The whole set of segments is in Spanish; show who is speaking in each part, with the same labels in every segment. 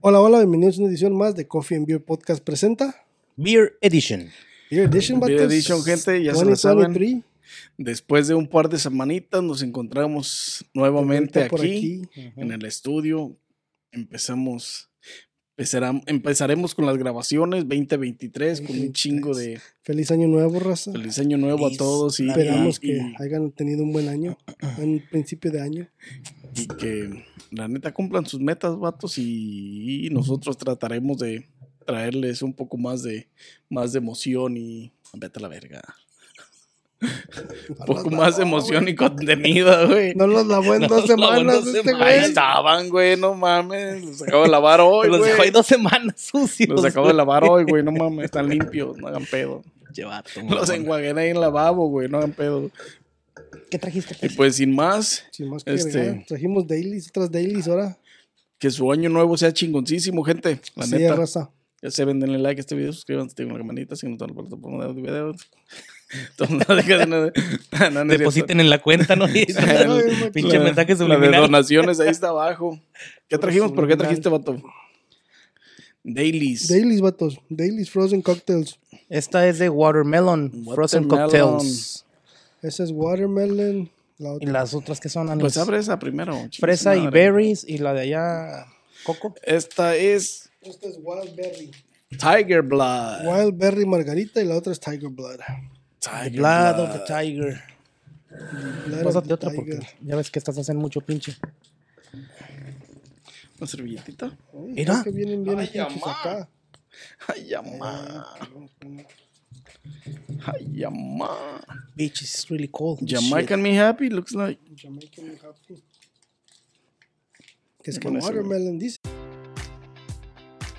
Speaker 1: Hola, hola, bienvenidos a una edición más de Coffee and Beer Podcast presenta
Speaker 2: Beer Edition.
Speaker 1: Beer Edition,
Speaker 3: Beer
Speaker 1: vatos.
Speaker 3: Edition, gente, ya se la saben.
Speaker 1: 2023,
Speaker 3: Después de un par de semanitas nos encontramos nuevamente
Speaker 1: vuelta
Speaker 3: aquí,
Speaker 1: por
Speaker 3: en el estudio. Empezamos, empezará- empezaremos con las grabaciones 2023, con
Speaker 1: 2023.
Speaker 3: un chingo de
Speaker 1: Feliz año nuevo, raza.
Speaker 3: feliz año nuevo a
Speaker 2: Feliz
Speaker 3: todos y,
Speaker 1: Esperamos
Speaker 3: y-
Speaker 1: que
Speaker 3: y-
Speaker 1: hayan tenido un buen año, un principio de año.
Speaker 3: y que la neta cumplan sus metas, vatos, y, y nosotros trataremos de traerles un poco más de, más de emoción y... Vete a la verga. Un poco más de emoción y contenido, güey.
Speaker 1: No los lavó en
Speaker 2: No
Speaker 1: dos
Speaker 2: los lavó en
Speaker 1: semanas
Speaker 2: dos
Speaker 1: este
Speaker 2: semanas.
Speaker 3: Ahí
Speaker 1: güey.
Speaker 3: estaban, güey, no mames. Los acabo de lavar hoy,
Speaker 2: Los dejó ahí
Speaker 3: güey.
Speaker 2: dos semanas sucios.
Speaker 3: Los acabo de lavar hoy, güey, no mames. Están limpios, no hagan pedo. Los
Speaker 2: enguagué.
Speaker 3: enjuagué ahí en el lavabo, güey, no hagan pedo.
Speaker 2: ¿Qué trajiste?
Speaker 3: Y pues sin más,
Speaker 1: Sin más que
Speaker 3: Este-
Speaker 1: agregar, trajimos dailies, otras dailies ahora.
Speaker 3: que su año nuevo sea chingoncísimo, gente. La
Speaker 1: Así es,
Speaker 3: neta.
Speaker 1: raza.
Speaker 3: Ya se denle like a este video, suscríbanse, tengan la campanita, si no están por de video. Entonces, no dejen de- Ah, no, no es cierto.
Speaker 2: Depositen en la cuenta, ¿no? Y-
Speaker 1: Ay,
Speaker 2: Pinche
Speaker 3: La-
Speaker 2: mensaje
Speaker 3: La de
Speaker 2: subliminal.
Speaker 3: donaciones, ahí está abajo. ¿Qué trajimos? ¿Por qué trajiste, vato? Dailies.
Speaker 1: Dailies, vatos. Dailies Frozen Cocktails.
Speaker 2: Esta es de Watermelon, Frozen
Speaker 3: Watermelon.
Speaker 2: Cocktails.
Speaker 1: Esa es Watermelon. La
Speaker 2: Y
Speaker 1: otra.
Speaker 2: las otras que son Alex?
Speaker 3: Pues abre esa primero. chingue su
Speaker 2: fresa y
Speaker 3: madre.
Speaker 2: berries y la de allá coco.
Speaker 3: Esta es
Speaker 1: Esta es Wild Berry.
Speaker 3: Tiger Blood.
Speaker 1: Wild Berry Margarita y la otra es Tiger Blood.
Speaker 3: Tiger
Speaker 2: Blood
Speaker 3: Blood.
Speaker 2: of the Tiger.
Speaker 1: Blood of
Speaker 2: Pásate
Speaker 1: the
Speaker 2: otra porque
Speaker 1: Tiger.
Speaker 2: ya ves que estas hacen mucho pinche.
Speaker 3: Una servilletita.
Speaker 1: Ay,
Speaker 2: Mira.
Speaker 1: creo que vienen bien
Speaker 3: Ay,
Speaker 1: pinches
Speaker 3: amá.
Speaker 1: acá.
Speaker 3: Ay, amá. Ay, amá.
Speaker 2: Bitch, it's really cold.
Speaker 3: Jamaican me happy looks like.
Speaker 1: Jamaican happy. Que es que
Speaker 3: Bueno, eso,
Speaker 1: Watermelon dice.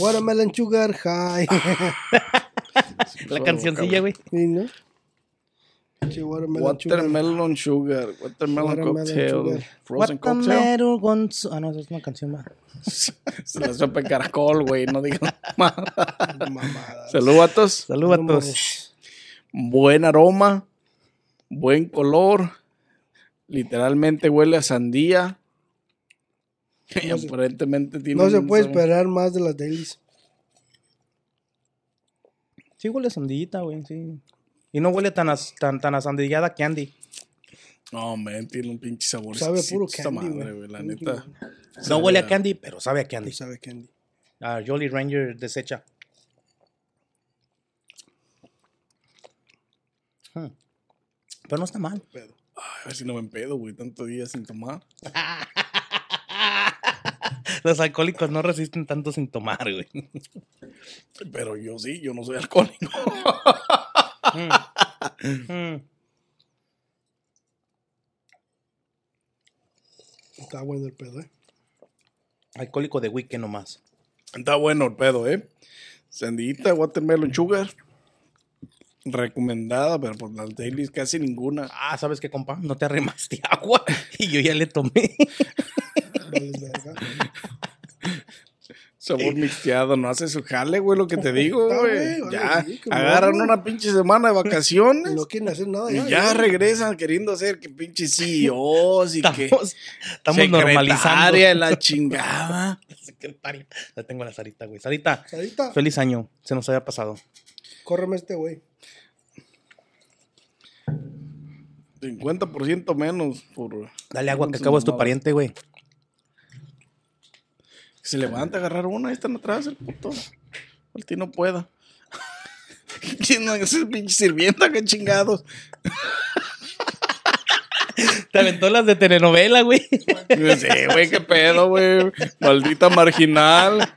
Speaker 1: Watermelon Sugar High.
Speaker 3: Ah.
Speaker 2: La cancioncilla, güey.
Speaker 1: ¿Sí, no? Pinche Watermelon Sugar.
Speaker 3: Watermelon sugar. Watermelon
Speaker 1: Watermelon
Speaker 3: cocktail.
Speaker 1: sugar.
Speaker 3: Frozen
Speaker 2: What the
Speaker 3: cocktail.
Speaker 2: matter, Gonzo- Ah, no, esa es una canción más.
Speaker 3: Se la sopa en caracol, güey. No digan nada.
Speaker 1: Mamada.
Speaker 3: Saludos, vatos.
Speaker 2: Saludos a
Speaker 1: No
Speaker 2: todos.
Speaker 3: Buen aroma. Buen color. Literalmente huele a sandía. Y aparentemente tiene.
Speaker 1: No se
Speaker 3: un
Speaker 1: puede
Speaker 3: sabor-
Speaker 1: esperar más de las dailies.
Speaker 2: Sí huele a sandillita, güey, sí. Y no huele tan, as- tan, tan asandillada que Andy.
Speaker 3: No, man, tiene un pinche sabor.
Speaker 1: Sabe a
Speaker 3: exquisito
Speaker 1: puro
Speaker 3: esta
Speaker 1: candy,
Speaker 3: madre,
Speaker 1: güey.
Speaker 3: güey, La neta.
Speaker 2: No huele a candy, pero sabe a candy.
Speaker 1: Sabe candy.
Speaker 2: A Jolly Ranger desecha. Hmm. Pero no está mal.
Speaker 3: Ay, a ver si no me empedo, güey. Tanto día sin tomar.
Speaker 2: Los alcohólicos no resisten tanto sin tomar, güey.
Speaker 3: Pero yo sí, yo no soy alcohólico.
Speaker 2: Mm.
Speaker 1: Está bueno el pedo, eh.
Speaker 2: Alcohólico de weekend nomás.
Speaker 3: Está bueno el pedo, ¿eh? Sandita, watermelon sugar. Recomendada, pero por las dailies casi ninguna.
Speaker 2: Ah, ¿sabes qué, compa? No te arrimaste agua. Y yo ya le tomé.
Speaker 1: Vales verga.
Speaker 3: Sabor mixteado, no hace su jale, güey, lo que te digo,
Speaker 1: Eh. Está,
Speaker 3: güey.
Speaker 1: güey,
Speaker 3: Ya,
Speaker 1: órale, qué
Speaker 3: agarran
Speaker 1: morro.
Speaker 3: una pinche semana de vacaciones.
Speaker 1: No quieren hacer nada.
Speaker 3: Y ya regresan queriendo hacer que pinche CEOs y que
Speaker 2: Estamos, estamos normalizando.
Speaker 3: secretaria, la chingada.
Speaker 2: Secretaria. La tengo a la Sarita, güey. Sarita,
Speaker 1: Sarita,
Speaker 2: feliz año. Se nos había pasado.
Speaker 1: córreme este güey.
Speaker 3: 50% menos por
Speaker 2: Dale agua,
Speaker 3: Con
Speaker 2: que
Speaker 3: sus
Speaker 2: acabo es tu
Speaker 3: mamadas.
Speaker 2: pariente, güey.
Speaker 3: Se levanta a agarrar una, ahí están atrás el puto. El tío no pueda. ¿Quién no es el pinche sirvienta? ¡Qué chingados!
Speaker 2: Te aventó las de telenovela, güey.
Speaker 3: Yo, Sí, güey, qué pedo, güey. Maldita marginal.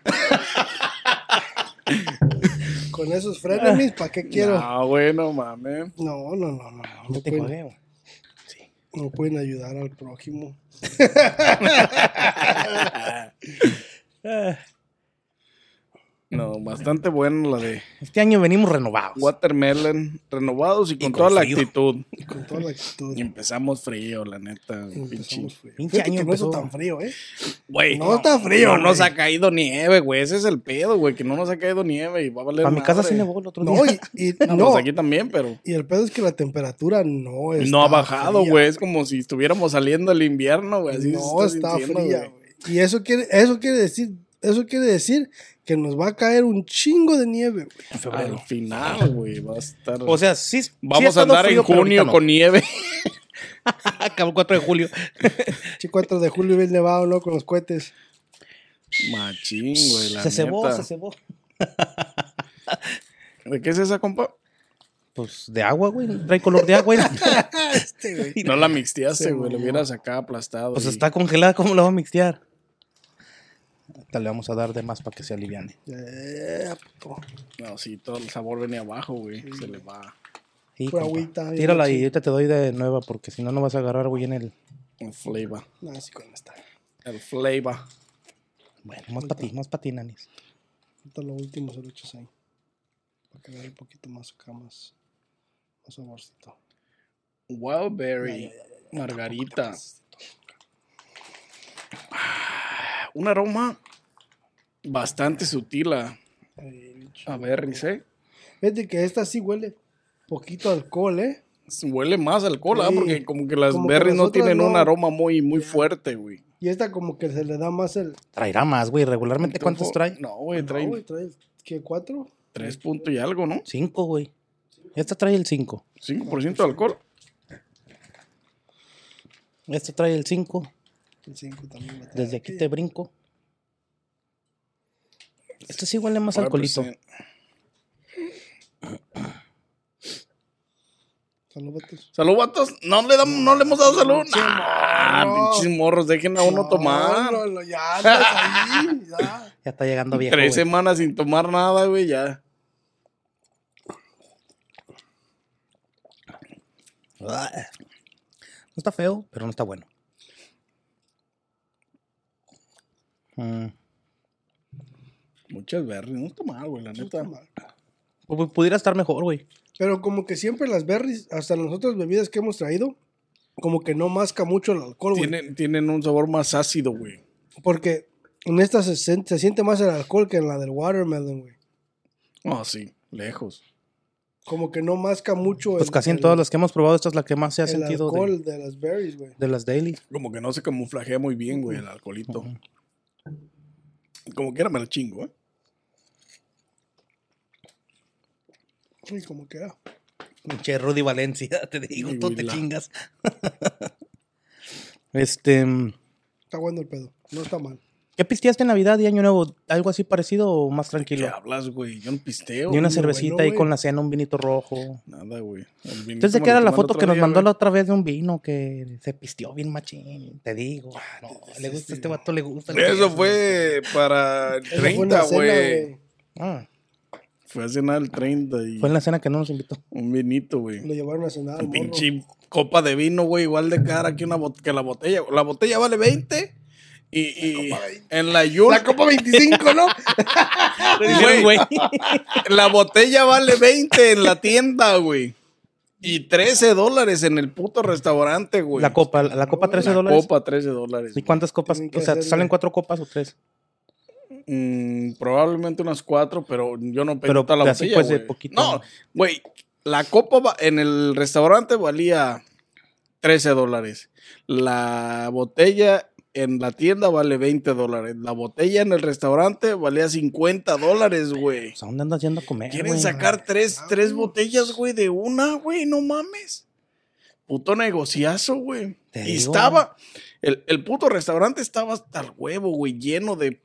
Speaker 1: Con esos frenemies, ¿para qué quiero?
Speaker 3: Ah, güey, no mames.
Speaker 1: No, no, no, no. No,
Speaker 2: No te
Speaker 1: pueden,
Speaker 2: jodeo.
Speaker 1: no pueden ayudar al prójimo.
Speaker 2: Ah,
Speaker 3: No, bastante bueno la de
Speaker 2: Este año venimos renovados.
Speaker 3: Watermelon, renovados y con
Speaker 2: con
Speaker 3: toda la
Speaker 2: frío.
Speaker 3: actitud.
Speaker 1: Y con toda la actitud.
Speaker 3: Y empezamos frío, la neta. pinche.
Speaker 1: Empezamos frío.
Speaker 2: Pinche
Speaker 1: Fíjate
Speaker 2: año
Speaker 1: que no hizo
Speaker 2: empezó.
Speaker 1: tan frío, ¿eh?
Speaker 3: Güey,
Speaker 1: No está frío,
Speaker 3: No nos
Speaker 1: güey.
Speaker 3: ha caído nieve, güey. Ese es el pedo, güey. Que no nos ha caído nieve y va a valer.
Speaker 2: Para mi casa
Speaker 3: madre.
Speaker 2: sí nevó el otro
Speaker 1: No,
Speaker 2: día.
Speaker 1: y, y
Speaker 3: No,
Speaker 1: no.
Speaker 3: pues aquí también, pero.
Speaker 1: Y el pedo es que la temperatura no está
Speaker 3: no ha bajado,
Speaker 1: fría.
Speaker 3: güey. Es como si estuviéramos saliendo el invierno, güey. Así se
Speaker 1: No está,
Speaker 3: sintiendo,
Speaker 1: fría,
Speaker 3: güey.
Speaker 1: güey. Y eso quiere, eso quiere decir, eso quiere decir que nos va a caer un chingo de nieve, güey.
Speaker 2: En
Speaker 3: Al
Speaker 2: febrero.
Speaker 3: final, güey, va a estar.
Speaker 2: O sea, sí. sí ha
Speaker 3: vamos a
Speaker 2: estado
Speaker 3: andar
Speaker 2: frío,
Speaker 3: en
Speaker 2: pero
Speaker 3: junio
Speaker 2: ahorita
Speaker 3: con nieve.
Speaker 2: no. Acabó el 4 Ah, de julio.
Speaker 1: Che, 4 de julio bien nevado, ¿no? Con los cohetes.
Speaker 3: Machín, güey. La
Speaker 2: se cebó,
Speaker 3: neta.
Speaker 2: se cebó.
Speaker 3: ¿De qué es esa, compa?
Speaker 2: Pues de agua, güey. Trae color de agua. güey.
Speaker 1: Este, güey.
Speaker 3: No la mixteaste, güey. Lo hubieras acá aplastado.
Speaker 2: pues
Speaker 3: y-
Speaker 2: está congelada. ¿Cómo la va a mixtear? Ahorita le vamos a dar de más para que se aliviane.
Speaker 1: Eh, puto.
Speaker 3: No, sí, todo el sabor venía abajo, güey. Se le va.
Speaker 2: Sí,
Speaker 1: Pura
Speaker 2: compa.
Speaker 1: agüita, bien
Speaker 2: Tírala y
Speaker 1: machín.
Speaker 2: ahorita te doy de nueva porque si no, no vas a agarrar, güey, en el...
Speaker 3: El flavor.
Speaker 1: No, así con esta.
Speaker 3: El flavor.
Speaker 2: Bueno, más para ti, más para ti, nanis.
Speaker 1: Ahorita lo último se lo echas ahí. Para que agarre un poquito más acá, más, más saborcito.
Speaker 3: Wildberry. Margarita. Ah, Un aroma bastante sutil a,
Speaker 1: Eh, bicho.
Speaker 3: a berries, ¿eh?
Speaker 1: Fíjate que esta sí huele poquito a alcohol, ¿eh?
Speaker 3: Huele más alcohol, ¿ah?
Speaker 1: Sí.
Speaker 3: Porque como que las
Speaker 1: Como que
Speaker 3: berries
Speaker 1: las
Speaker 3: no
Speaker 1: otras
Speaker 3: tienen un
Speaker 1: no.
Speaker 3: aroma muy, muy fuerte, güey.
Speaker 1: Y esta como que se le da más el...
Speaker 2: Traerá más, güey. Regularmente, ¿cuántos
Speaker 3: Entonces,
Speaker 2: trae?
Speaker 3: No, güey,
Speaker 1: No,
Speaker 3: trae
Speaker 1: güey, trae, ¿qué? ¿Cuatro?
Speaker 3: tres puntos y algo, ¿no?
Speaker 2: Cinco, güey. Esta trae el cinco.
Speaker 3: 5% de alcohol.
Speaker 2: Esta trae el cinco.
Speaker 1: El cinco también. la trae
Speaker 2: Desde aquí
Speaker 1: aquella.
Speaker 2: te brinco. Esto sí huele
Speaker 3: Ah, pues
Speaker 2: más alcoholito.
Speaker 3: 4%.
Speaker 1: Salud, vatos.
Speaker 3: Salud, vatos. No le, damos, no le hemos dado salud. Ah,
Speaker 1: morro.
Speaker 3: pinches morros, dejen a uno
Speaker 1: No,
Speaker 3: tomar.
Speaker 1: no, no, ya andas ahí, ya.
Speaker 2: Ya está llegando viejo.
Speaker 3: Tres
Speaker 2: güey.
Speaker 3: semanas sin tomar nada, güey, ya.
Speaker 2: Ah. No está feo, pero no está bueno. Mm.
Speaker 3: Muchas berries, no está mal, güey, la neta.
Speaker 2: Pu- Pues, Pudiera estar mejor, güey.
Speaker 1: Pero como que siempre las berries, hasta las otras bebidas que hemos traído, como que no masca mucho el alcohol, güey.
Speaker 3: Tienen, tienen un sabor más ácido, güey.
Speaker 1: Porque en esta se, sen- se siente más el alcohol que en la del watermelon, güey.
Speaker 3: Ah, sí, lejos.
Speaker 1: Como que no masca mucho
Speaker 2: Pues casi en todas las que hemos probado, esta es la que más se ha
Speaker 1: el
Speaker 2: sentido de,
Speaker 1: alcohol de... las berries, güey.
Speaker 2: de las daily.
Speaker 3: Como que no se camuflajea muy bien, güey, el alcoholito. Como que era me la chingo, ¿eh?
Speaker 1: Uy, como que ah, era.
Speaker 2: Pinche Rudy Valencia, te digo,
Speaker 3: Sí,
Speaker 2: tú
Speaker 3: güey,
Speaker 2: te
Speaker 3: la-
Speaker 2: chingas. este. mm,
Speaker 1: Está bueno el pedo. No está mal.
Speaker 2: ¿Qué pisteaste en Navidad y Año Nuevo? ¿Algo así parecido o más
Speaker 3: ¿Qué
Speaker 2: tranquilo?
Speaker 3: hablas, güey? Yo no pisteo.
Speaker 2: Ni
Speaker 1: bueno,
Speaker 2: una cervecita ahí
Speaker 1: güey.
Speaker 2: con la cena, un vinito rojo.
Speaker 3: Nada, güey. El vinito
Speaker 2: Entonces, ¿de
Speaker 3: me
Speaker 2: qué
Speaker 3: lo
Speaker 2: era la
Speaker 3: tomé el
Speaker 2: foto
Speaker 3: otro
Speaker 2: que nos
Speaker 3: día,
Speaker 2: mandó
Speaker 3: güey.
Speaker 2: la otra vez de un vino que se pisteó bien machín? Te digo, Ah,
Speaker 3: Ah,
Speaker 2: no, le gusta a este vato, le gusta. le
Speaker 3: Eso
Speaker 2: gusta.
Speaker 3: fue para el
Speaker 1: Esa fue una
Speaker 3: 30,
Speaker 1: cena,
Speaker 3: güey.
Speaker 2: Ah,
Speaker 3: Fue a cenar el 30 y
Speaker 2: fue en la cena que no nos invitó.
Speaker 3: un vinito, güey.
Speaker 1: Lo llevaron a cenar. al
Speaker 3: Un
Speaker 1: morro.
Speaker 3: pinche copa de vino, güey, igual de cara que, una bot- que la botella. La botella vale 20 y, y en la Yul,
Speaker 1: La copa 25, ¿no?
Speaker 3: dijeron, güey. Ah, la botella vale 20 en la tienda, güey. Y 13 dólares en el puto restaurante, güey.
Speaker 2: La copa, la copa 13
Speaker 3: La
Speaker 2: dólares.
Speaker 3: copa, 13 dólares.
Speaker 2: ¿Y cuántas copas?
Speaker 1: Tienen que
Speaker 2: O sea,
Speaker 1: hacerle-
Speaker 2: ¿salen cuatro copas o tres?
Speaker 3: Mm, probablemente unas cuatro, pero yo no pedí
Speaker 2: Pero
Speaker 3: toda la
Speaker 2: así,
Speaker 3: botella,
Speaker 2: pues, de
Speaker 3: güey.
Speaker 2: poquito.
Speaker 3: No, güey, la copa va- en el restaurante valía 13 dólares. La botella en la tienda vale 20 dólares. La botella en el restaurante valía 50 dólares, güey.
Speaker 2: O sea, ¿dónde andas yendo a comer?
Speaker 3: Quieren
Speaker 2: güey?
Speaker 3: sacar tres, tres botellas, güey, de una, güey, no mames. Puto negociazo, güey.
Speaker 2: Te
Speaker 3: Y
Speaker 2: digo.
Speaker 3: estaba, el, el puto restaurante estaba hasta el huevo, güey, lleno de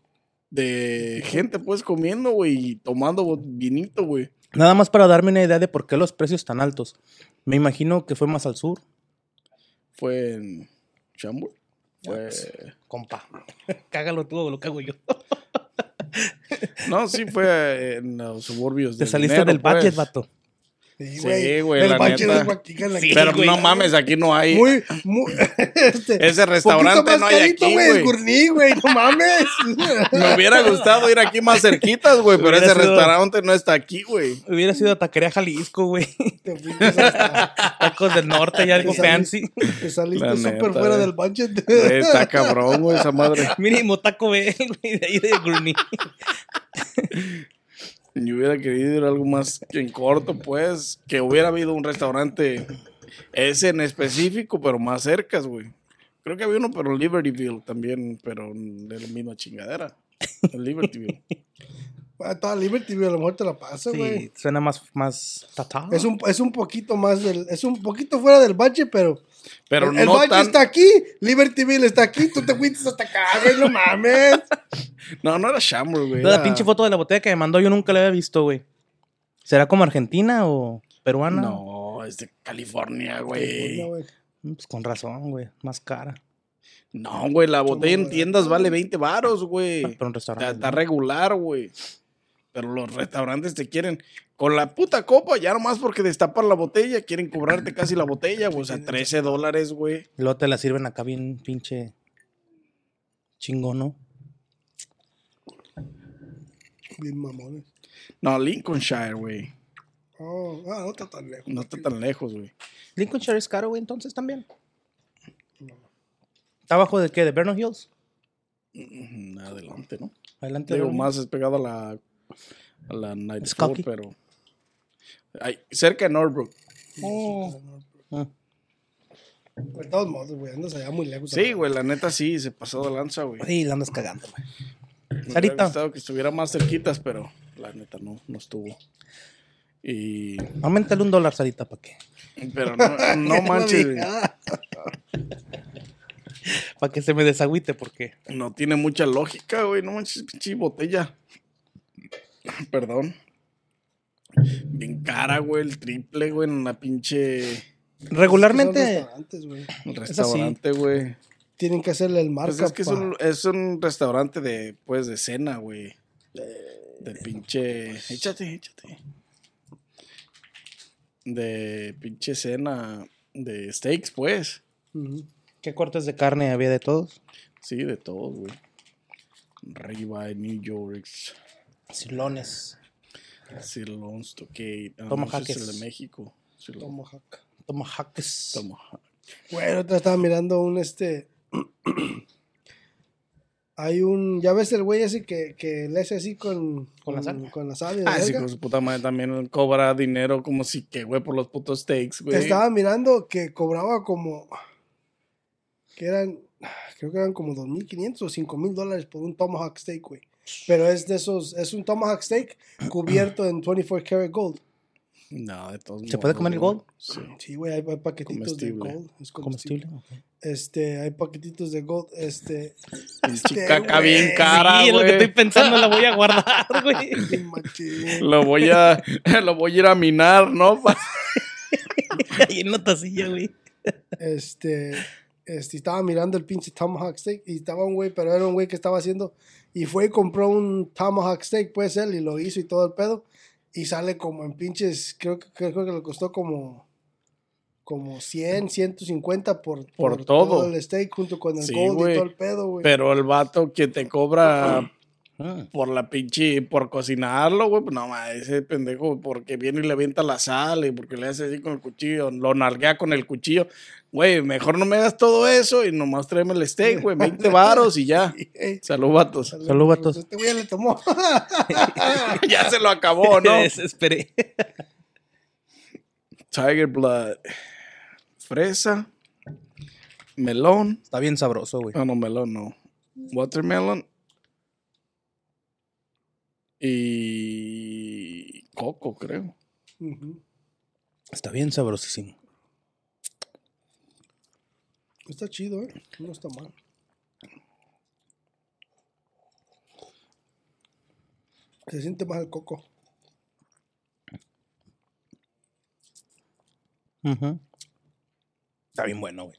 Speaker 3: de gente, pues, comiendo, güey, y tomando vinito, güey.
Speaker 2: Nada más para darme una idea de por qué los precios tan altos. Me imagino que fue más al sur,
Speaker 3: Fue en Chambord.
Speaker 2: Ah,
Speaker 3: Fue...
Speaker 2: pues. compa. Cágalo tú o lo cago yo.
Speaker 3: No, sí, fue eh, en los suburbios.
Speaker 2: Te saliste del
Speaker 3: pues.
Speaker 2: budget, vato.
Speaker 1: Sí,
Speaker 3: Sí, güey,
Speaker 1: Del
Speaker 3: la
Speaker 1: bache
Speaker 3: neta.
Speaker 1: de Huacticán, aquí,
Speaker 3: Pero
Speaker 1: güey.
Speaker 3: no mames, aquí no hay.
Speaker 1: Muy, muy. este, poquito
Speaker 3: Ese restaurante
Speaker 1: más
Speaker 3: no hay
Speaker 1: carito,
Speaker 3: aquí,
Speaker 1: güey. el
Speaker 3: güey.
Speaker 1: Gourmet, güey. No mames.
Speaker 3: Me hubiera gustado ir aquí más cerquitas, güey, pero
Speaker 2: Hubiera
Speaker 3: ese
Speaker 2: sido-
Speaker 3: restaurante no está aquí, güey.
Speaker 2: Hubiera sido a Taquería Jalisco, güey.
Speaker 1: Te fuiste hasta-
Speaker 2: Tacos del norte y algo
Speaker 1: Te sali-
Speaker 2: fancy.
Speaker 1: Te saliste
Speaker 3: La
Speaker 1: súper
Speaker 3: neta,
Speaker 1: fuera
Speaker 3: güey.
Speaker 1: del budget.
Speaker 3: Güey, Está cabrón, güey, esa madre.
Speaker 2: Mínimo Taco Bell, güey, de ahí de Gruni.
Speaker 3: Yo hubiera querido ir a algo más en corto, pues, que hubiera habido un restaurante ese en específico, pero más cercas, güey. Creo que había uno, pero Libertyville también, pero de la misma chingadera. El Libertyville.
Speaker 1: Ah, Toda Liberty, güey, a lo mejor te la pasa, güey.
Speaker 2: Sí, suena más, más tatá.
Speaker 1: Es un, es un poquito más del, es un poquito fuera del bache, pero,
Speaker 3: Pero
Speaker 1: el, el
Speaker 3: no
Speaker 1: bache
Speaker 3: tan...
Speaker 1: está aquí, Libertyville está aquí, tú te fuiste hasta acá, güey, no mames.
Speaker 3: No, no era Shamrock, güey.
Speaker 2: La
Speaker 3: era-
Speaker 2: pinche foto de la botella que me mandó yo nunca la había visto, güey. ¿Será como argentina o peruana?
Speaker 3: No, es de California, güey.
Speaker 2: Mm, Pues con razón, güey. Más cara.
Speaker 3: No, güey, la botella en
Speaker 1: barato.
Speaker 3: tiendas vale 20 varos, güey.
Speaker 2: Pero un
Speaker 3: Ah, Está,
Speaker 2: restaurante.
Speaker 3: está regular, güey. Pero los restaurantes te quieren con la puta copa, ya nomás porque destapan la botella, quieren cobrarte casi la botella, güey. O sea, 13 dólares, güey.
Speaker 2: Y Luego te la sirven acá bien pinche chingón, ¿no?
Speaker 1: Bien mamones.
Speaker 3: No, Lincolnshire, güey.
Speaker 1: Oh, ah, no está tan lejos.
Speaker 3: No está tan lejos, güey.
Speaker 2: Lincolnshire es caro, güey, entonces también. ¿Está abajo de qué? ¿De Vernon Hills?
Speaker 3: Mm, Adelante, ¿no?
Speaker 2: Adelante.
Speaker 3: Digo,
Speaker 2: Vernon
Speaker 3: más es pegado a la, a la Night
Speaker 2: Skokie.
Speaker 3: pero. Ay, cerca de Northbrook.
Speaker 2: Hills. Oh. Ah.
Speaker 1: De todos modos, güey, andas allá muy lejos.
Speaker 3: Sí, güey, la neta sí, se pasó de lanza, güey.
Speaker 2: Sí, la andas cagando, güey.
Speaker 3: Me
Speaker 2: Sarita.
Speaker 3: hubiera gustado que estuviera más cerquitas, pero la neta no, no estuvo. Y.
Speaker 2: Aumentale un dólar, Sarita, ¿para qué?
Speaker 3: Pero no, no manches, güey.
Speaker 1: Ah,
Speaker 2: Para que se me desagüite, porque
Speaker 3: No tiene mucha lógica, güey. No manches, pinche botella. Perdón. Bien cara, güey. El triple, güey, en la pinche
Speaker 1: son
Speaker 2: regularmente
Speaker 1: restaurantes, güey.
Speaker 3: restaurante, güey.
Speaker 1: Tienen que hacerle el marca.
Speaker 3: Pues es que es un, es un restaurante de, pues, de cena, güey.
Speaker 2: Eh,
Speaker 3: De pinche.
Speaker 2: pues,
Speaker 3: Échate, échate. De pinche cena de steaks, pues.
Speaker 2: ¿Qué cortes de carne había de todos?
Speaker 3: Sí, de todos, güey. Ribeye, New Yorks.
Speaker 2: Silones,
Speaker 3: Sirloin Stockade. Ah,
Speaker 2: Tomahawk
Speaker 3: no, ese es el
Speaker 2: es-
Speaker 3: de México. Sirloin.
Speaker 1: Tomahawk.
Speaker 2: tomahawks.
Speaker 3: Tomahawk.
Speaker 1: Bueno, te estaba mirando un este. Hay un. Ya ves el güey ese que, que le hace así con.
Speaker 2: Con la sal.
Speaker 1: Con la sal y la
Speaker 3: Ah, sí,
Speaker 1: verga?
Speaker 3: con su puta madre también cobra dinero como si que, güey, por los putos steaks,
Speaker 1: Te
Speaker 3: güey.
Speaker 1: estaba mirando que cobraba como. Que eran. Creo que eran como 2.500 o 5.000 dólares por un tomahawk steak, güey. Pero es de esos. Es un tomahawk steak cubierto en 24 karat gold.
Speaker 3: No, de todos
Speaker 2: ¿Se puede
Speaker 3: modos,
Speaker 2: comer el
Speaker 3: güey.
Speaker 2: gold?
Speaker 3: Sí.
Speaker 1: Sí, güey, hay, hay paquetitos
Speaker 3: Comestible.
Speaker 1: de gold. Es comestible.
Speaker 2: comestible. ok.
Speaker 1: Este, hay paquetitos de gold. Este.
Speaker 3: Pinche caca
Speaker 1: güey.
Speaker 3: bien cara,
Speaker 2: sí, es lo que
Speaker 3: güey.
Speaker 2: estoy pensando, la voy a guardar, güey.
Speaker 1: machín.
Speaker 3: Lo voy a lo voy a ir a minar, ¿no? Pa-
Speaker 2: Ahí en la tacilla, güey.
Speaker 1: este, este, estaba mirando el pinche tomahawk steak y estaba un güey, pero era un güey que estaba haciendo y fue y compró un tomahawk steak, pues él, y lo hizo y todo el pedo y sale como en pinches, creo que, creo que le costó como como 100, 150 por,
Speaker 3: Por todo.
Speaker 1: el steak junto con el
Speaker 3: Sí,
Speaker 1: gold
Speaker 3: güey.
Speaker 1: y todo el pedo, güey.
Speaker 3: Pero el vato que te cobra
Speaker 2: Ah,
Speaker 3: por la pinche por cocinarlo, güey, pues no ma, ese pendejo porque viene y le avienta la sal y porque le hace así con el cuchillo, lo nalguea con el cuchillo. Güey, mejor no me hagas todo eso y nomás tráeme el steak, güey, 20 varos y ya.
Speaker 1: Eh,
Speaker 3: Salud, vatos.
Speaker 1: sale-
Speaker 2: Salud, vatos.
Speaker 1: Este güey le tomó.
Speaker 3: ya se lo acabó,
Speaker 2: Me
Speaker 3: ¿no?
Speaker 2: desesperé.
Speaker 3: Tiger Blood. Fresa. Melón.
Speaker 2: Está bien sabroso, güey.
Speaker 3: Ah, No, no, melón no. Watermelon. Y coco, creo.
Speaker 1: Ujú.
Speaker 2: Está bien sabrosísimo.
Speaker 1: Está chido, eh. No está mal. Se siente más el coco.
Speaker 2: Ujú. Está bien bueno, güey.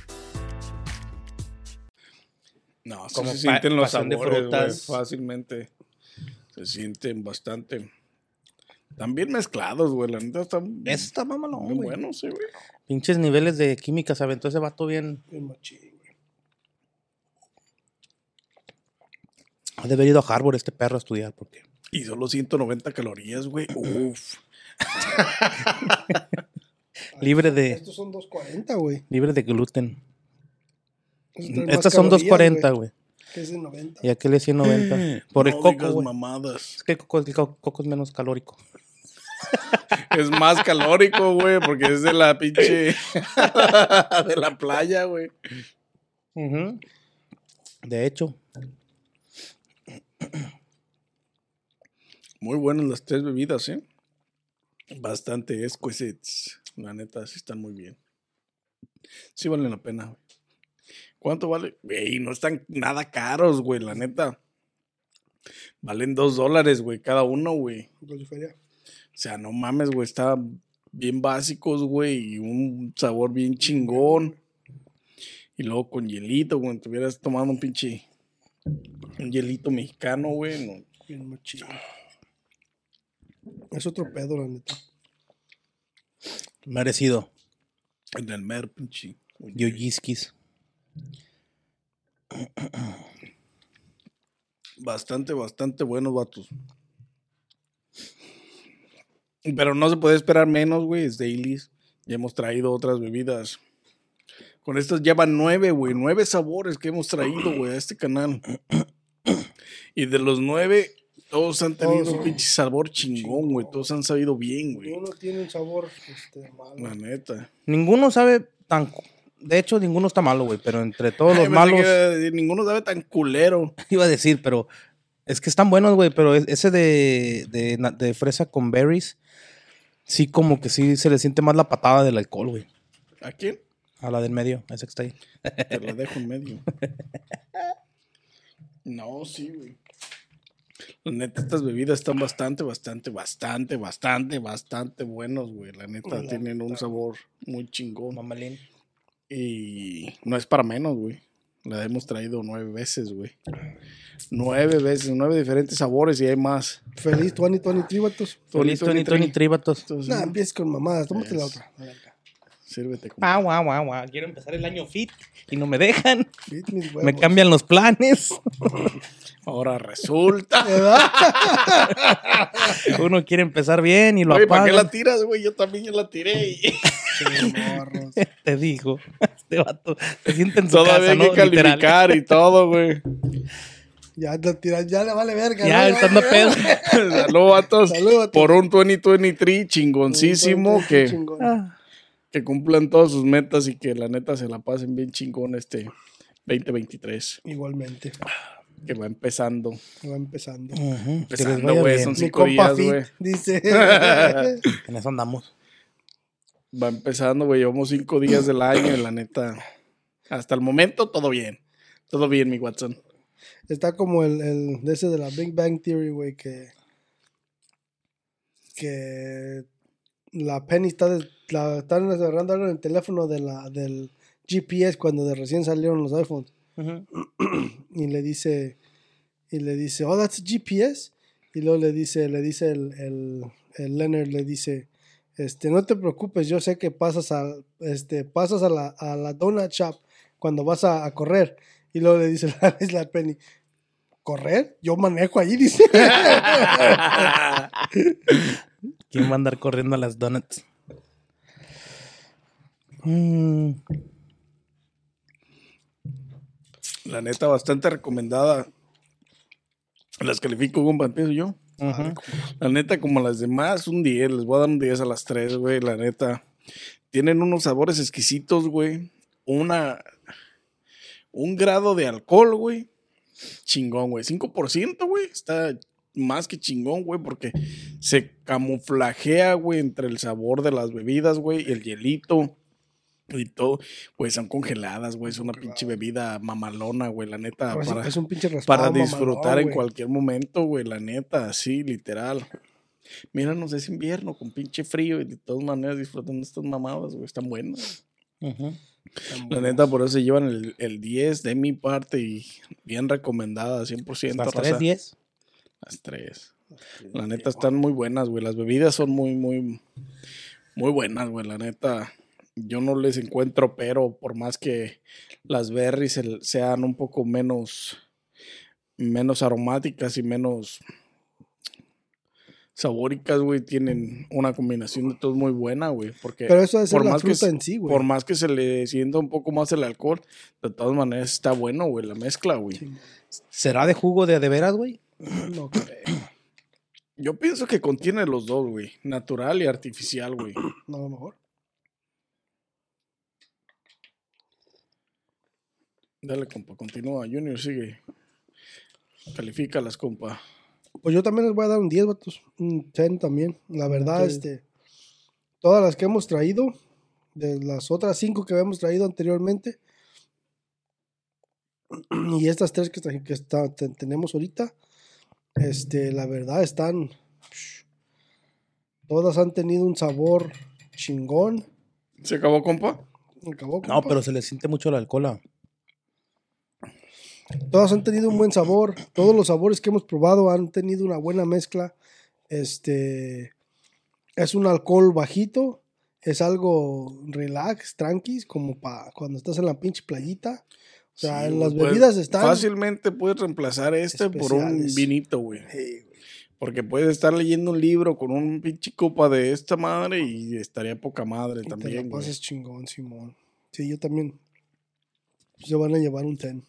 Speaker 3: No, sí
Speaker 2: Como
Speaker 3: se
Speaker 2: pa-
Speaker 3: sienten los
Speaker 2: pasión de
Speaker 3: sabores, güey,
Speaker 2: frutas.
Speaker 3: fácilmente. Se sienten bastante. Están bien mezclados, güey. La neta están.
Speaker 2: Eso está mamalón,
Speaker 3: muy
Speaker 2: güey.
Speaker 3: buenos, sí, güey.
Speaker 2: Pinches niveles de química se aventó ese vato bien.
Speaker 1: Bien machín, güey.
Speaker 2: Ha de haber ido a Harvard este perro a estudiar, porque.
Speaker 3: Y solo 190 calorías, güey. Uf.
Speaker 2: Libre de,
Speaker 1: Estos son 240, güey.
Speaker 2: libre de gluten.
Speaker 1: Estos traen más
Speaker 2: Estas Mm, son
Speaker 1: calorías,
Speaker 2: 240,
Speaker 1: güey.
Speaker 2: güey.
Speaker 1: Que es de 90.
Speaker 2: Y aquel es 190. Por el
Speaker 3: Mm. No
Speaker 2: coco,
Speaker 3: digas
Speaker 2: güey.
Speaker 3: mamadas.
Speaker 2: Es que el coco, el co- coco es menos calórico.
Speaker 3: Es más calórico, güey, porque es de la pinche. de la playa, güey.
Speaker 2: De hecho,
Speaker 3: Muy buenas las tres bebidas, ¿eh? Bastante exquisites. La neta, sí están muy bien. Sí valen la pena, güey. ¿Cuánto vale? Güey, no están nada caros, güey, la neta. Valen dos dólares, güey, cada uno, güey.
Speaker 1: Lo difería.
Speaker 3: O sea, no mames, güey, está bien básicos, güey, y un sabor bien chingón. Y luego con hielito, güey, estuvieras tomando un pinche... Un hielito mexicano, güey. no.
Speaker 1: Bien machín. Es otro pedo, la neta.
Speaker 2: merecido.
Speaker 3: en el mer, pinche.
Speaker 2: Yoyiskis.
Speaker 3: Bastante, bastante buenos vatos. Pero no se puede esperar menos, güey. Es dailies. Ya hemos traído otras bebidas. Con estas ya van nueve, güey. Nueve sabores que hemos traído, güey, a este canal. Y de los nueve, todos han tenido
Speaker 1: Todos.
Speaker 3: un pinche sabor chingón, güey. Todos han sabido bien, güey.
Speaker 1: Uno tiene un sabor este, malo.
Speaker 3: La neta.
Speaker 2: Ninguno sabe tan. cu- De hecho, ninguno está malo, güey. Pero entre todos
Speaker 3: Ay,
Speaker 2: los
Speaker 3: pensé que
Speaker 2: malos,
Speaker 3: iba a decir, ninguno sabe tan culero.
Speaker 2: iba a decir, pero es que están buenos, güey. Pero es- ese de, de, na- de fresa con berries, sí, como que sí se le siente más la patada del alcohol, güey.
Speaker 3: ¿A quién?
Speaker 2: A la del medio, a esa que está ahí.
Speaker 3: Te la dejo en medio. No, sí, güey. La neta, estas bebidas están bastante, bastante, bastante, bastante, bastante buenos, güey. La neta, tienen un sabor muy chingón.
Speaker 2: Mamalín.
Speaker 3: Y no es para menos, güey. La hemos traído nueve veces, güey. Nueve veces, nueve diferentes sabores y hay más.
Speaker 1: Feliz 2023, vatos.
Speaker 2: Feliz Tony Tony Tribatos.
Speaker 3: Entonces,
Speaker 1: Nah, empieces con mamadas. Tómate la
Speaker 3: Es.
Speaker 1: otra. a la verga.
Speaker 3: Sírvete como
Speaker 2: Ah, guau, guau, guau. Quiero empezar el año fit y no me dejan.
Speaker 1: Fit mis huevos.
Speaker 2: Me cambian los planes.
Speaker 3: Ahora resulta.
Speaker 2: Uno quiere empezar bien y lo
Speaker 3: Oye, ¿para
Speaker 2: apaga.
Speaker 3: qué la tiras, güey? Yo también ya la tiré. y-
Speaker 1: Morros.
Speaker 2: Te digo, este vato se siente en su
Speaker 3: Todavía
Speaker 2: casa,
Speaker 3: hay que
Speaker 2: ¿no? Literal.
Speaker 3: calificar y todo, güey.
Speaker 1: Ya la tiras, ya le vale verga.
Speaker 2: Ya,
Speaker 1: ¿no?
Speaker 2: estando pedo.
Speaker 3: Saludos a todos
Speaker 1: Salud, vatos.
Speaker 3: por un 2023 chingoncísimo que,
Speaker 1: Chingón.
Speaker 2: Ah,
Speaker 3: que cumplan todas sus metas y que la neta se la pasen bien chingón este 2023
Speaker 1: Igualmente.
Speaker 3: que va empezando.
Speaker 1: Va empezando.
Speaker 2: ujú, que les
Speaker 3: Empezando,
Speaker 2: vaya
Speaker 3: güey,
Speaker 2: bien.
Speaker 3: son
Speaker 1: Mi
Speaker 3: cinco
Speaker 1: compa
Speaker 3: días, güey.
Speaker 1: Fit dice.
Speaker 2: En eso andamos.
Speaker 3: Va empezando, güey. Llevamos cinco días del año y la neta, hasta el momento todo bien. Todo bien, mi Watson.
Speaker 1: Está como el, el de ese de la Big Bang Theory, güey, que. Que. La Penny está. des- la, están agarrando algo en el teléfono de la, del GPS cuando de recién salieron los iPhones. y le dice y le dice oh that's a GPS y luego le dice le dice el, el, eh, Leonard le dice, este, no te preocupes, yo sé que pasas a, este, pasas a la, a la donut shop cuando vas a, a correr. Y luego le dice la, es la Penny, ¿correr? Yo manejo ahí, dice.
Speaker 2: ¿Quién va a andar corriendo a las donuts? Mm,
Speaker 3: La neta, bastante recomendada. Las califico con empiezo yo.
Speaker 2: ujú.
Speaker 3: La neta, como las demás, un 10. Les voy a dar un 10 a las tres, güey. La neta. Tienen unos sabores exquisitos, güey. Una. Un grado de alcohol, güey. Chingón, güey. 5%, güey. Está más que chingón, güey, porque se camuflajea, güey, entre el sabor de las bebidas, güey, y el hielito. Y todo, güey, son congeladas, güey. Es una pinche bebida mamalona, güey, la neta.
Speaker 1: Ahora sí,
Speaker 3: Ah, para-
Speaker 1: Pues, es un pinche raspado,
Speaker 3: para
Speaker 2: Ah,
Speaker 1: mamalón,
Speaker 3: disfrutar en
Speaker 1: güey.
Speaker 3: cualquier momento, güey, la neta, sí, literal. Míranos, es invierno con pinche frío y de todas maneras disfrutando estas mamadas, güey, están buenas.
Speaker 2: Ujú.
Speaker 3: La neta, por eso se llevan el, el 10 de mi parte y bien recomendada, 100%.
Speaker 2: Las
Speaker 3: raza.
Speaker 2: 3, 10.
Speaker 3: Las tres. La neta, están muy buenas, güey, las bebidas son muy, muy, muy buenas, güey, la neta. Yo no les encuentro, pero por más que las berries el- sean un poco menos menos aromáticas y menos sabóricas, güey, tienen una combinación de todos muy buena, güey, porque
Speaker 1: Pero eso es
Speaker 3: por
Speaker 1: la
Speaker 3: más que
Speaker 1: fruta
Speaker 3: se-
Speaker 1: en sí, güey.
Speaker 3: por más que se le sienta un poco más el alcohol, de todas maneras está bueno, güey, la mezcla, güey.
Speaker 2: ¿Será de jugo de a de veras, güey?
Speaker 1: No creo.
Speaker 3: Yo pienso que contiene los dos, güey, natural y artificial, güey.
Speaker 1: No, a lo mejor.
Speaker 3: Dale, compa, continúa, Junior, sigue. Califícalas, compa.
Speaker 1: Pues yo también les voy a dar un 10, vatos. Un 10 también. La verdad,
Speaker 3: Ok.
Speaker 1: este. Todas las que hemos traído, de las otras 5 que habíamos traído anteriormente, y estas 3 que, tra- que está- te- tenemos ahorita, este, la verdad están. Todas han tenido un sabor chingón.
Speaker 3: ¿Se acabó, compa?
Speaker 1: Acabó,
Speaker 2: No,
Speaker 1: compa.
Speaker 3: pues,
Speaker 2: pero se le siente mucho el alcohol. ah.
Speaker 1: todas han tenido un buen sabor. Todos los sabores que hemos probado han tenido una buena mezcla. Este es un alcohol bajito, es algo relax, tranquis, como para cuando estás en la pinche playita. O sea,
Speaker 3: Sí,
Speaker 1: en
Speaker 3: güey,
Speaker 1: las
Speaker 3: pues,
Speaker 1: bebidas están.
Speaker 3: Fácilmente puedes reemplazar este por un
Speaker 1: Especiales.
Speaker 3: vinito, güey.
Speaker 1: Hey, güey.
Speaker 3: Porque puedes estar leyendo un libro con un pinche copa de esta madre y estaría poca madre
Speaker 1: Y te
Speaker 3: también,
Speaker 1: la
Speaker 3: güey.
Speaker 1: pasas chingón, Simón. Sí, yo también. Se van a llevar un ten.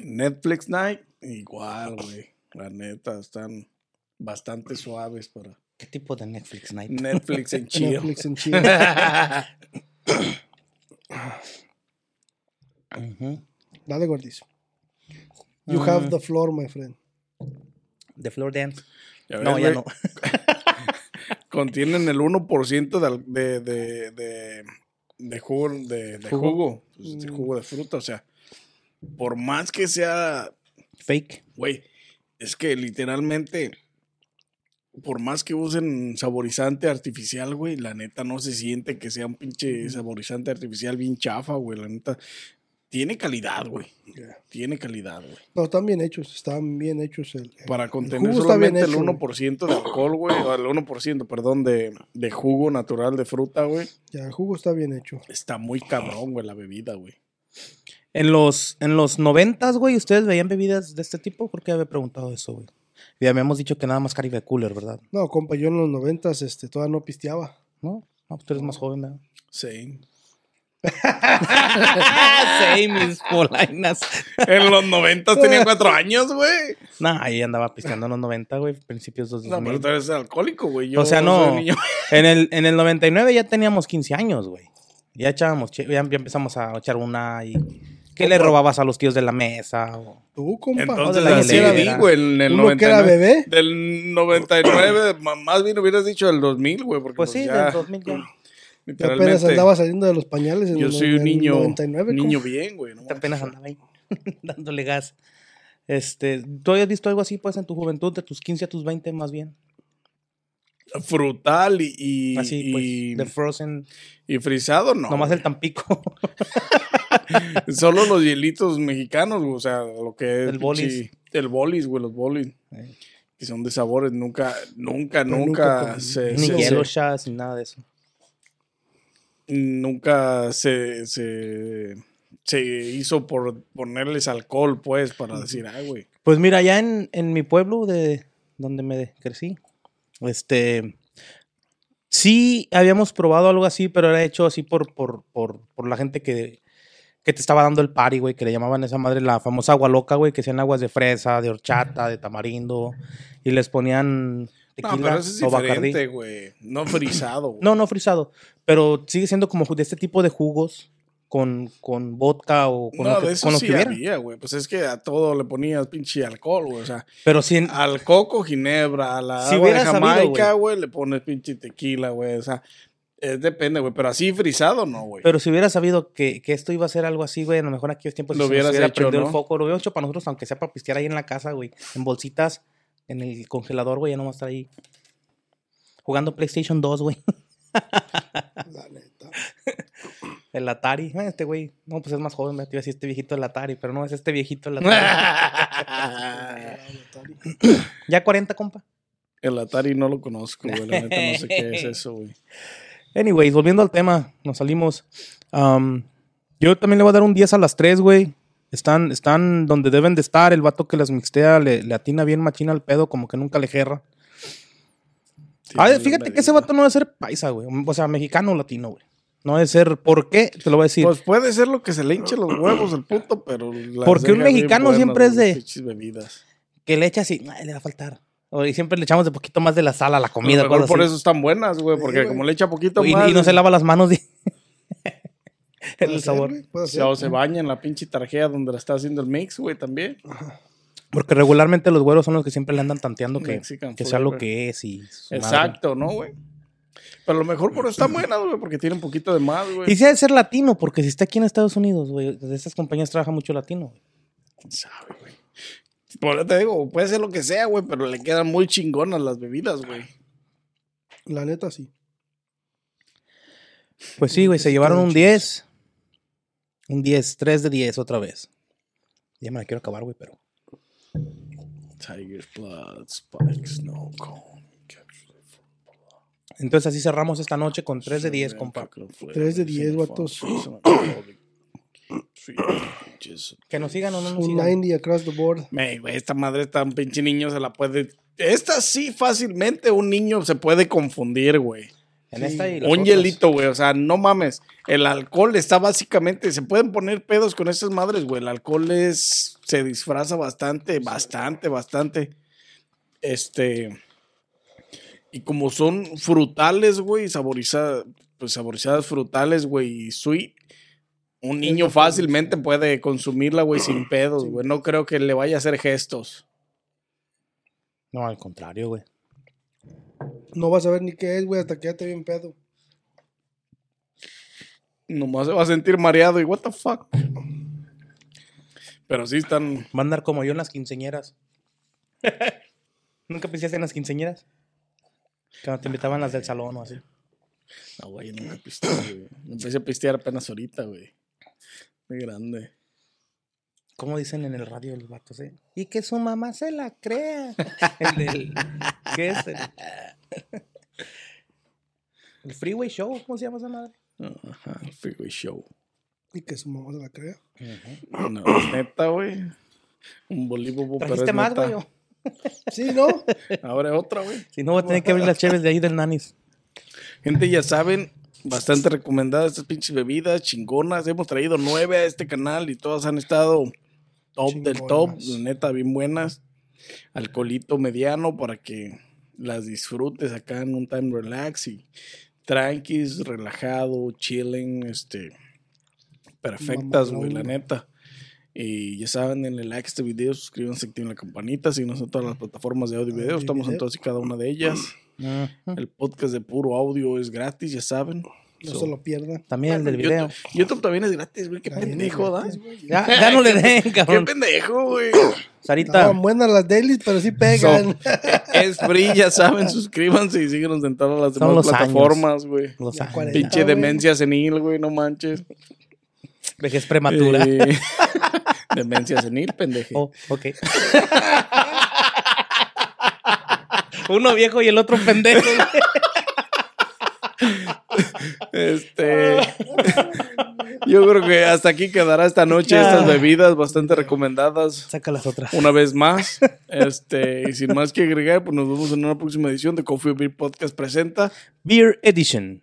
Speaker 3: Netflix Night, igual, güey. La neta, están bastante suaves para
Speaker 2: ¿Qué tipo de Netflix night?
Speaker 3: Netflix en chill.
Speaker 1: Netflix en Chile.
Speaker 2: Ujú.
Speaker 1: Dale, gordizo. You have
Speaker 3: Ah.
Speaker 1: the floor, my friend.
Speaker 2: The Floor Dance.
Speaker 3: Ya ves,
Speaker 2: No, ya
Speaker 3: güey,
Speaker 2: no.
Speaker 3: Contienen el 1% de, al- de, de, de, de jugo. De, de
Speaker 2: Jugo.
Speaker 3: jugo. pues,
Speaker 1: Mm.
Speaker 3: de jugo de fruta, o sea. Por más que sea
Speaker 2: Fake.
Speaker 3: Güey, es que literalmente, por más que usen saborizante artificial, güey, la neta no se siente que sea un pinche saborizante artificial bien chafa, güey. La neta, tiene calidad, güey.
Speaker 1: Yeah.
Speaker 3: Tiene calidad, güey.
Speaker 1: No, están bien hechos, están bien hechos. El, Eh, el-
Speaker 3: Para
Speaker 1: jugo
Speaker 3: contener
Speaker 1: está bien
Speaker 3: solamente el
Speaker 1: hecho, güey.
Speaker 3: 1% de alcohol, güey, o el 1%, perdón, de, de jugo natural de fruta, güey.
Speaker 1: ya, el jugo está bien hecho.
Speaker 3: Está
Speaker 1: Ah.
Speaker 3: muy cabrón, güey, la bebida, güey.
Speaker 2: En los, en los noventas, güey, ¿ustedes veían bebidas de este tipo? ¿Por qué había preguntado eso, güey? Ya habíamos dicho que nada más Caribe Cooler, ¿verdad?
Speaker 1: No, compa, yo en los noventas este, todavía no pisteaba.
Speaker 2: ¿No? No, pues tú eres más joven, ¿verdad?
Speaker 3: Sí.
Speaker 2: sí, mis polainas.
Speaker 3: En los 90 tenía cuatro años, güey.
Speaker 2: Nah, ahí andaba pisteando en los 90, güey, principios de los 2000.
Speaker 3: No, pero tú eres alcohólico, güey. Yo
Speaker 2: o sea,
Speaker 3: soy
Speaker 2: no.
Speaker 3: niño.
Speaker 2: En el, en el 99 ya teníamos 15 años, güey. Ya echábamos, che- ya, ya empezamos a echar una y... ¿Qué le robabas a los tíos de la mesa? O...
Speaker 1: Tú, compa.
Speaker 3: Entonces,
Speaker 2: la
Speaker 3: así
Speaker 2: hielera.
Speaker 3: digo, en el
Speaker 1: Uno
Speaker 3: 99.
Speaker 1: que era bebé.
Speaker 3: Del 99, ma- más bien hubieras dicho del 2000, güey, porque
Speaker 2: Pues
Speaker 3: pues
Speaker 2: sí,
Speaker 3: ya,
Speaker 2: del 2000 ya.
Speaker 1: Yo apenas
Speaker 3: literalmente,
Speaker 1: andaba saliendo de los pañales en
Speaker 3: yo
Speaker 1: el-
Speaker 3: soy
Speaker 1: en
Speaker 3: un
Speaker 1: el
Speaker 3: niño,
Speaker 1: 99, compa.
Speaker 3: niño bien, güey. no manches.
Speaker 2: apenas andaba ahí dándole gas. Este, ¿tú habías visto algo así, pues, en tu juventud, de tus 15 a tus 20, más bien?
Speaker 3: Frutal y, y,
Speaker 2: Así,
Speaker 3: y-
Speaker 2: pues, de Frozen,
Speaker 3: y frisado, no.
Speaker 2: nomás el Tampico.
Speaker 3: Solo los hielitos mexicanos, güey, o sea, lo que es...
Speaker 2: El bolis. Eh.
Speaker 3: pinche- El bolis, güey, los bolis. que son de sabores, nunca, nunca,
Speaker 1: Pero nunca
Speaker 3: nunca,
Speaker 1: con-
Speaker 3: se,
Speaker 2: Ni
Speaker 3: se-
Speaker 2: hielo
Speaker 3: se-
Speaker 2: shots, ni nada de eso.
Speaker 3: nunca se, se, se hizo por ponerles alcohol, pues, para decir, ay, güey.
Speaker 2: Pues mira, allá en, en mi pueblo de donde me crecí, este sí habíamos probado algo así, pero era hecho así por, por, por, por la gente que, que te estaba dando el party, güey, que le llamaban a esa madre la famosa agua loca, güey, que hacían aguas de fresa, de horchata, de tamarindo, y les ponían tequila
Speaker 3: No, pero eso es
Speaker 2: o Bacardí.
Speaker 3: diferente, güey. No frisado, güey.
Speaker 2: No, no frisado, pero sigue siendo como de este tipo de jugos con, con vodka o con
Speaker 3: No,
Speaker 2: lo que,
Speaker 3: de eso
Speaker 2: con lo
Speaker 3: sí
Speaker 2: que hubiera.
Speaker 3: había, güey. Pues es que a todo le ponías pinche alcohol, güey. O sea,
Speaker 2: Pero sí, en-
Speaker 3: al coco, ginebra, a la
Speaker 2: Si
Speaker 3: agua de
Speaker 2: hubiera sabido,
Speaker 3: Jamaica, güey, le pones pinche tequila, güey. O sea, es, depende, güey. Pero así frisado, no, güey.
Speaker 2: Pero si hubiera sabido que, que esto iba a ser algo así, güey, a lo mejor en aquellos tiempos si se
Speaker 3: Lo
Speaker 2: nos
Speaker 3: hubieras
Speaker 2: hubiera
Speaker 3: hecho,
Speaker 2: prendido
Speaker 3: ¿no?
Speaker 2: el foco, lo hubiéramos hecho para nosotros, aunque sea para pistear ahí en la casa, güey, en bolsitas, en el congelador, güey, ya no vamos a estar ahí jugando PlayStation 2, güey,
Speaker 1: La neta.
Speaker 2: el Atari. Ah, Este güey, no, pues es más joven, me te iba a decir este viejito el Atari, pero no, es este viejito el Atari. ya 40, compa.
Speaker 3: El Atari no lo conozco, güey. La neta no sé qué es eso, güey.
Speaker 2: Anyways, volviendo al tema, nos salimos. Am, yo también le voy a dar un 10 a las 3, güey. Están, están donde deben de estar. El vato que las mixtea le, le atina bien machina al pedo, como que nunca le gerra. Ah,
Speaker 3: Tiene
Speaker 2: fíjate
Speaker 3: medida.
Speaker 2: que ese vato no debe ser paisa, güey. O sea, mexicano o latino, güey. No debe ser. ¿Por qué? Te lo voy a decir.
Speaker 3: Pues puede ser lo que se le hinche los huevos el puto, pero. las
Speaker 2: Porque un
Speaker 3: deja bien
Speaker 2: mexicano
Speaker 3: buenas,
Speaker 2: siempre es
Speaker 3: güey,
Speaker 2: de-
Speaker 3: pinches bebidas.
Speaker 2: que le echa así, "Ay, le va a faltar. O- y siempre le echamos de poquito más de la sal a la comida.
Speaker 3: A lo mejor
Speaker 2: cosas
Speaker 3: por
Speaker 2: así.
Speaker 3: eso están buenas, güey.
Speaker 1: Sí,
Speaker 3: Porque
Speaker 1: güey.
Speaker 3: como le echa poquito
Speaker 2: y,
Speaker 3: más.
Speaker 2: y no se lava las manos. de-
Speaker 1: Puede
Speaker 2: el
Speaker 1: ser,
Speaker 2: sabor.
Speaker 1: güey, puede ser.
Speaker 3: O se baña en la pinche tarjea donde la está haciendo el mix, güey, también.
Speaker 2: Porque regularmente los güeros son los que siempre le andan tanteando que,
Speaker 3: Mexican
Speaker 2: que sea lo
Speaker 3: flavor.
Speaker 2: que es. Y su madre.
Speaker 3: Exacto, ¿no, güey? Pero a lo mejor por eso están buenas, güey, porque tienen poquito de más, güey.
Speaker 2: Y si ha de ser latino, porque si está aquí en Estados Unidos, güey, de estas compañías trabaja mucho latino. güey.
Speaker 3: ¿Quién sabe, güey? Por eso te digo, puede ser lo que sea, güey, pero le quedan muy chingonas las bebidas, güey.
Speaker 1: La neta, sí.
Speaker 2: Pues sí, güey, se llevaron un 10. Un 10, 3 de 10 otra vez. Ya me la quiero acabar, güey, pero.
Speaker 3: Tiger's Blood, Spikes, Snow Cone.
Speaker 2: Entonces así cerramos esta noche con 3 de 10, compa.
Speaker 1: 3 de 10, vatos.
Speaker 2: Que nos sigan o no nos
Speaker 1: Un
Speaker 2: sigan.
Speaker 1: 90 across the board.
Speaker 3: Ey, güey, esta madre tan pinche niño se la puede. Esta sí, fácilmente un niño se puede confundir, güey.
Speaker 2: En esta y las
Speaker 3: Un
Speaker 2: otras.
Speaker 3: hielito, güey. O sea, no mames. El alcohol está básicamente. Se pueden poner pedos con esas madres, güey. El alcohol es. Se disfraza bastante, bastante, bastante. Este. Y como son frutales, güey, saborizadas, pues saborizadas frutales, güey, y sweet. Un niño fácilmente puede consumirla, güey, sin pedos, güey. No creo que le vaya a hacer gestos.
Speaker 2: No, al contrario, güey.
Speaker 1: No vas a ver ni qué es, güey, hasta que ya te bien pedo.
Speaker 3: Nomás se va a sentir mareado y, what the fuck. Pero sí están.
Speaker 2: Va a andar como yo en las quinceñeras. ¿Nunca pensaste en las quinceñeras? Cuando te invitaban las del salón o así.
Speaker 3: No, Ah, güey, yo nunca pisteé, güey. Empecé a pistear apenas ahorita, güey. De grande.
Speaker 2: ¿Cómo dicen en el radio los vatos, eh? Y que su mamá se la crea. El del- ¿Qué es? El, el Freeway Show, ¿cómo se llama esa madre?
Speaker 3: Ajá, el Freeway Show.
Speaker 1: Y que su mamá se la crea.
Speaker 3: No, es neta, güey. Un bolígrafo, pero
Speaker 2: ¿Trajiste
Speaker 3: es
Speaker 2: más,
Speaker 3: neta.
Speaker 2: güey? o?
Speaker 1: Sí, ¿no?
Speaker 3: Ahora otra, güey.
Speaker 2: Si no, voy a tener que abrir las cheves de ahí del Nanis.
Speaker 3: Gente, ya saben, bastante recomendadas estas pinches bebidas chingonas. Hemos traído nueve a este canal y todas han estado top del top.
Speaker 1: Chingonas.
Speaker 3: la Neta, bien buenas. Alcoholito mediano para que las disfrutes acá en un time relax y tranquis, relajado, chilling, este, perfectas, güey, la
Speaker 1: Mamalón.
Speaker 3: neta. Y ya saben, denle like a este video, suscríbanse, activen la campanita, síguenos en todas las plataformas de audio y video,
Speaker 1: Audio y
Speaker 3: estamos en
Speaker 1: video.
Speaker 3: todas y cada una de ellas.
Speaker 2: Ujú.
Speaker 3: El podcast de puro audio es gratis, ya saben.
Speaker 1: No
Speaker 3: So,
Speaker 1: se lo pierdan.
Speaker 2: También el del
Speaker 3: YouTube-
Speaker 2: video.
Speaker 3: YouTube, también es gratis, güey. Qué
Speaker 1: También es
Speaker 3: pendejo, ¿da?
Speaker 1: gratis, güey.
Speaker 2: Ya, ya no le den,
Speaker 3: Qué
Speaker 2: cabrón.
Speaker 3: pendejo, güey.
Speaker 2: Sarita,
Speaker 1: Estaban buenas las dailies, pero sí pegan.
Speaker 3: es free, ya saben. Suscríbanse y síguenos en todas las
Speaker 2: Son
Speaker 3: demás
Speaker 2: los años.
Speaker 3: plataformas, güey.
Speaker 2: los
Speaker 1: Ya
Speaker 2: años.
Speaker 1: cuarenta.
Speaker 3: Pinche
Speaker 1: güey.
Speaker 3: demencia senil, güey, no manches.
Speaker 2: Vejez prematura.
Speaker 3: Eh, demencia senil, pendeje.
Speaker 2: Oh, ok. Uno viejo y el otro pendejo. güey.
Speaker 3: Este. Yo creo que hasta aquí quedará esta noche
Speaker 2: Ah.
Speaker 3: estas bebidas bastante recomendadas
Speaker 2: Saca las otras.
Speaker 3: una vez más. Este, y sin más que agregar, pues nos vemos en una próxima edición de Coffee or Beer Podcast presenta.
Speaker 2: Beer Edition.